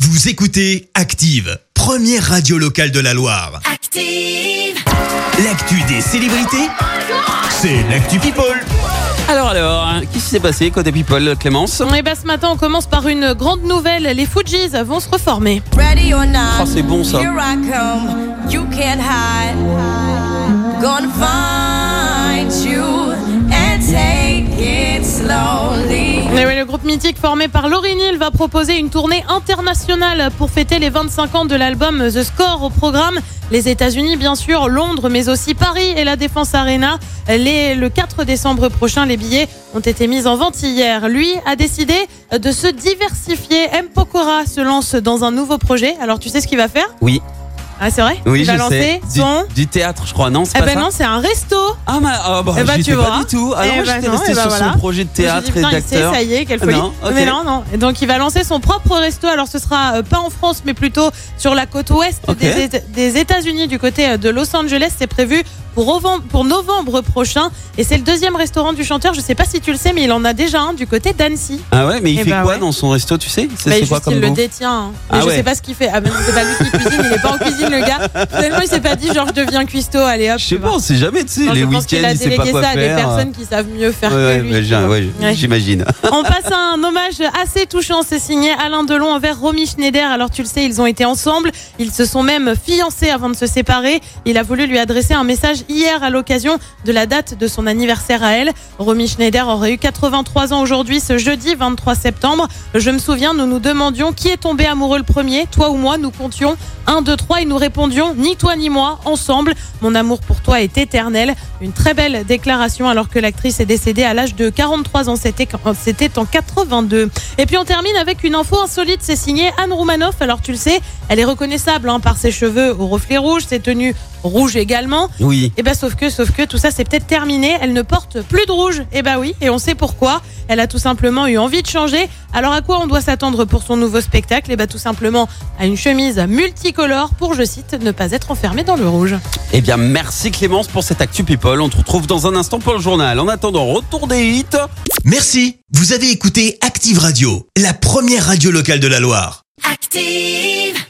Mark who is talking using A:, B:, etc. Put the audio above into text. A: Vous écoutez Active, première radio locale de la Loire.
B: Active.
A: L'actu des célébrités, c'est l'actu People.
C: Alors alors, hein, qu'est-ce qui s'est passé côté People, Clémence
D: Et bah ce matin, on commence par une grande nouvelle. Les Fujis vont se reformer.
B: Ready or not.
C: Oh, c'est bon, ça.
B: Here I come. You can't hide. Gonna find you and take it slowly.
D: Et oui, le groupe mythique formé par Laurie Neal va proposer une tournée internationale pour fêter les 25 ans de l'album The Score au programme. Les États-Unis, bien sûr, Londres, mais aussi Paris et la Défense Arena. Les- le 4 décembre prochain, les billets ont été mis en vente hier. Lui a décidé de se diversifier. M. Pokora se lance dans un nouveau projet. Alors, tu sais ce qu'il va faire
C: Oui,
D: Ah, c'est vrai
C: oui,
D: Il
C: je
D: va lancer
C: sais. Du,
D: son.
C: du théâtre, je crois, non C'est
D: Eh
C: pas
D: ben
C: ça
D: non, c'est un resto.
C: Ah bah, ah, bah,
D: Eh ben,
C: j'y
D: tu
C: étais pas
D: vois.
C: du tout. Ah
D: Eh
C: non, moi,
D: ben
C: j'étais
D: non,
C: resté
D: eh ben
C: sur
D: voilà.
C: son projet de
D: Je
C: théâtre et
D: me suis dit, putain, il
C: d'acteur.
D: sait, Ça y est, quelle folie.
C: Non, ok.
D: Mais non, non. Et donc, il va lancer son propre resto. Alors, ce sera euh, pas en France, mais plutôt sur la côte ouest
C: Ok.
D: des, Éta- des États-Unis, du côté euh, de Los Angeles. C'est prévu pour, novem- pour novembre prochain. Et c'est le deuxième restaurant du chanteur. Je sais pas si tu le sais, mais il en a déjà un du côté d'Annecy.
C: Ah ouais, mais il
D: Eh
C: fait
D: ben
C: quoi
D: ouais.
C: dans son resto, tu sais C'est
D: Bah,
C: c'est
D: juste,
C: quoi
D: il
C: comme
D: le
C: goût
D: détient. hein.
C: Ah
D: Mais je
C: ouais.
D: sais pas ce qu'il fait. Ah, mais non, c'est pas lui qui cuisine. Il est pas en cuisine, le gars. Finalement, il s'est pas dit, genre, je deviens cuistot. Allez hop.
C: Je
D: tu
C: sais
D: vois.
C: pas, on sait jamais, tu sais,
D: Non,
C: les
D: je pense qu'il
C: week-ends,
D: a
C: il sait pas
D: délégué
C: quoi
D: ça à des
C: faire.
D: personnes qui savent mieux faire
C: Ouais, ouais,
D: que lui.
C: mais
D: tu
C: j'ai-
D: vois.
C: ouais,
D: Ouais.
C: j'imagine.
D: On passe à un hommage assez touchant, c'est signé Alain Delon envers Romy Schneider. Alors tu le sais, ils ont été ensemble, ils se sont même fiancés avant de se séparer. Il a voulu lui adresser un message hier à l'occasion de la date de son anniversaire à elle. Romy Schneider aurait eu 83 ans aujourd'hui, ce jeudi 23 septembre. Je me souviens, nous nous demandions qui est tombé amoureux le premier, toi ou moi. Nous comptions 1, 2, 3 et nous répondions ni toi ni moi, ensemble. Mon amour pour toi est éternel. Une très belle déclaration alors que l'actrice est décédée à l'âge de 43 ans. C'était quand- C'était en 82. Et puis on termine avec une info insolite. C'est signé Anne Roumanoff. Alors tu le sais, elle est reconnaissable hein, par ses cheveux aux reflets rouges, ses tenues rouges également.
C: Oui.
D: Et ben sauf que, sauf que, tout ça c'est peut-être terminé. Elle ne porte plus de rouge. Et ben oui, et on sait pourquoi. Elle a tout simplement eu envie de changer. Alors à quoi on doit s'attendre pour son nouveau spectacle Et ben tout simplement à une chemise multicolore pour, je cite, ne pas être enfermée dans le rouge.
C: Eh bien, merci Clémence pour cette Actu People. On te retrouve dans un instant pour le journal. En attendant, retour des hits.
A: Merci. Vous avez écouté Active Radio, la première radio locale de la Loire.
B: Active.